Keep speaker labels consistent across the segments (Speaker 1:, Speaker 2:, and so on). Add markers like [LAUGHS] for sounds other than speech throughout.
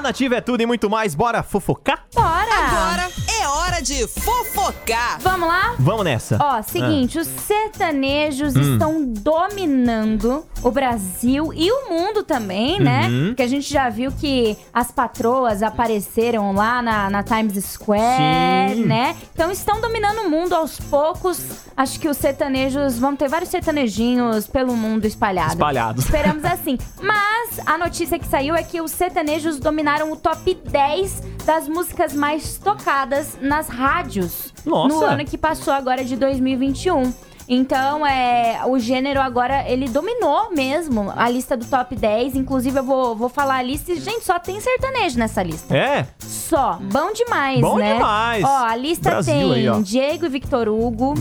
Speaker 1: Nativa é tudo e muito mais. Bora fofocar?
Speaker 2: Bora!
Speaker 3: Agora é hora de fofocar.
Speaker 2: Vamos lá?
Speaker 1: Vamos nessa.
Speaker 2: Ó, seguinte,
Speaker 1: Ah.
Speaker 2: os sertanejos
Speaker 1: Hum.
Speaker 2: estão dominando o Brasil e o mundo também, né?
Speaker 1: Uhum.
Speaker 2: Porque a gente já viu que as patroas apareceram lá na, na Times Square,
Speaker 1: Sim.
Speaker 2: né? Então estão dominando o mundo aos poucos. Acho que os sertanejos vão ter vários sertanejinhos pelo mundo espalhados.
Speaker 1: Espalhados. [LAUGHS]
Speaker 2: Esperamos assim. Mas a notícia que saiu é que os sertanejos dominaram o top 10 das músicas mais tocadas nas rádios
Speaker 1: Nossa.
Speaker 2: no ano que passou agora de 2021. Então, é, o gênero agora, ele dominou mesmo a lista do top 10. Inclusive, eu vou, vou falar a lista. E, gente, só tem sertanejo nessa lista.
Speaker 1: É?
Speaker 2: Só. Bom demais,
Speaker 1: Bom
Speaker 2: né?
Speaker 1: demais.
Speaker 2: Ó, a lista
Speaker 1: Brasil
Speaker 2: tem
Speaker 1: aí, ó. Uhum.
Speaker 2: Diego e Victor Hugo,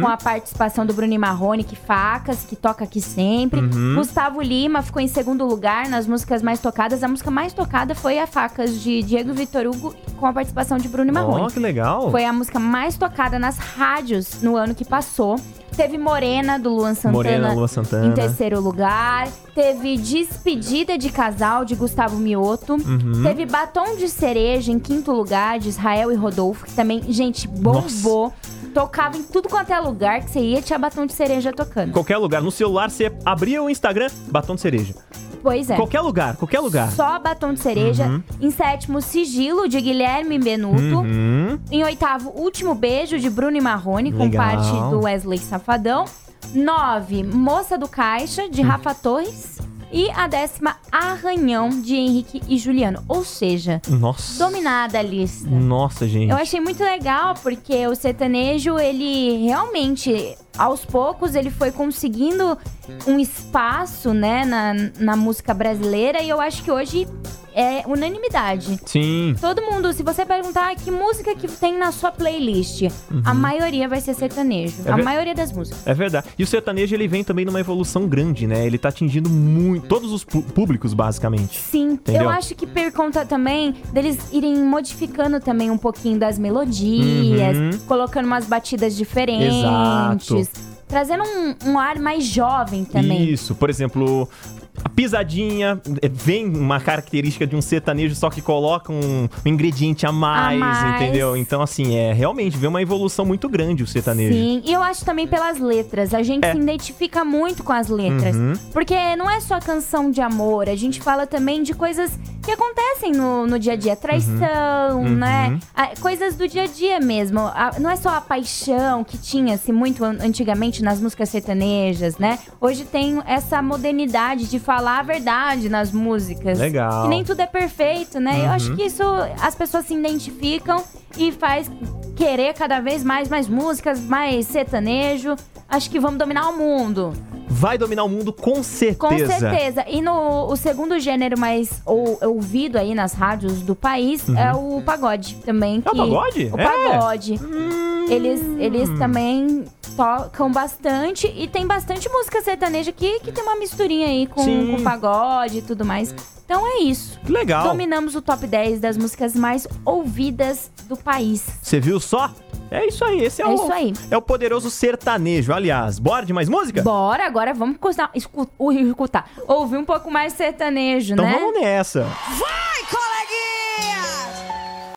Speaker 2: com a participação do Bruno Marrone, que facas, que toca aqui sempre.
Speaker 1: Uhum.
Speaker 2: Gustavo Lima ficou em segundo lugar nas músicas mais tocadas. A música mais tocada foi a facas de Diego e Victor Hugo, com a participação de Bruno Marrone.
Speaker 1: Ó, que legal.
Speaker 2: Foi a música mais tocada nas rádios no ano que passou. Teve Morena, do Luan Santana,
Speaker 1: Morena, Lua Santana.
Speaker 2: em terceiro lugar. Teve Despedida de Casal, de Gustavo Mioto.
Speaker 1: Uhum.
Speaker 2: Teve Batom de Cereja, em quinto lugar, de Israel e Rodolfo, que também, gente, bombou. Tocava em tudo quanto é lugar que você ia, tinha Batom de Cereja tocando.
Speaker 1: Qualquer lugar. No celular, você abria o Instagram, batom de cereja.
Speaker 2: pois é.
Speaker 1: Qualquer lugar, qualquer lugar.
Speaker 2: Só Batom de Cereja.
Speaker 1: Uhum.
Speaker 2: Em sétimo, Sigilo, de Guilherme Benuto.
Speaker 1: Hum,
Speaker 2: Em oitavo, Último Beijo, de Bruno e Marrone, com
Speaker 1: Legal.
Speaker 2: parte do Wesley Safadão. Nove, Moça do Caixa, de Rafa Torres. E a décima, Arranhão, de Henrique e Juliano. Ou seja,
Speaker 1: nossa.
Speaker 2: dominada a lista.
Speaker 1: Hum. Nossa, gente.
Speaker 2: Eu achei muito legal, porque o sertanejo, ele realmente, aos poucos, ele foi conseguindo um espaço, né, na, na música brasileira. E eu acho que hoje é unanimidade.
Speaker 1: Sim.
Speaker 2: Todo mundo, se você perguntar "Ah, que música que tem na sua playlist, a maioria vai ser sertanejo.
Speaker 1: Uhum. É
Speaker 2: a
Speaker 1: ver-
Speaker 2: maioria das músicas.
Speaker 1: É verdade. E o sertanejo, ele vem também numa evolução grande, né? Ele tá atingindo muito... Todos os pu- públicos, basicamente.
Speaker 2: Sim,
Speaker 1: Entendeu?
Speaker 2: eu acho que por conta também deles irem modificando também um pouquinho das melodias,
Speaker 1: Uhum.
Speaker 2: colocando umas batidas diferentes,
Speaker 1: Exato.
Speaker 2: trazendo um, um ar mais jovem também.
Speaker 1: Isso, por exemplo, a pisadinha eh, vem uma característica de um sertanejo, só que coloca um, um ingrediente a mais,
Speaker 2: mais.
Speaker 1: entendeu? Então, assim, é realmente vê uma evolução muito grande o sertanejo.
Speaker 2: Sim, e eu acho também pelas letras. A gente se identifica muito com as letras. Porque não é só canção de amor, a gente fala também de coisas que acontecem no, no dia a dia. Traição, né? Ah, coisas do dia a dia mesmo. A- não é só a paixão que tinha-se muito an- antigamente nas músicas sertanejas, né? Hoje tem essa modernidade de falar a verdade nas músicas.
Speaker 1: Legal. Uhum.
Speaker 2: Que nem tudo é perfeito, né? Eu acho que isso as pessoas se identificam e faz querer cada vez mais mais músicas, mais sertanejo. Acho que vamos dominar o mundo.
Speaker 1: Vai dominar o mundo com certeza.
Speaker 2: Com certeza. E no o segundo gênero mais ou- ouvido aí nas rádios do país é o pagode também.
Speaker 1: Uhum. É o
Speaker 2: que-
Speaker 1: pagode?
Speaker 2: O
Speaker 1: É.
Speaker 2: pagode.
Speaker 1: Hum,
Speaker 2: Eles, eles também tocam bastante e tem bastante música sertaneja que, que tem uma misturinha aí com,
Speaker 1: Sim.
Speaker 2: com pagode e tudo mais. Então é isso.
Speaker 1: que Legal.
Speaker 2: Dominamos o top 10 das músicas mais ouvidas do país.
Speaker 1: Você viu só? É isso aí, esse é,
Speaker 2: É
Speaker 1: o
Speaker 2: isso aí.
Speaker 1: é o poderoso sertanejo. Aliás, bora de mais música?
Speaker 2: Bora, agora vamos escutar, escu- ui, escutar. Ouvir um pouco mais sertanejo,
Speaker 1: então
Speaker 2: né?
Speaker 1: vamos nessa.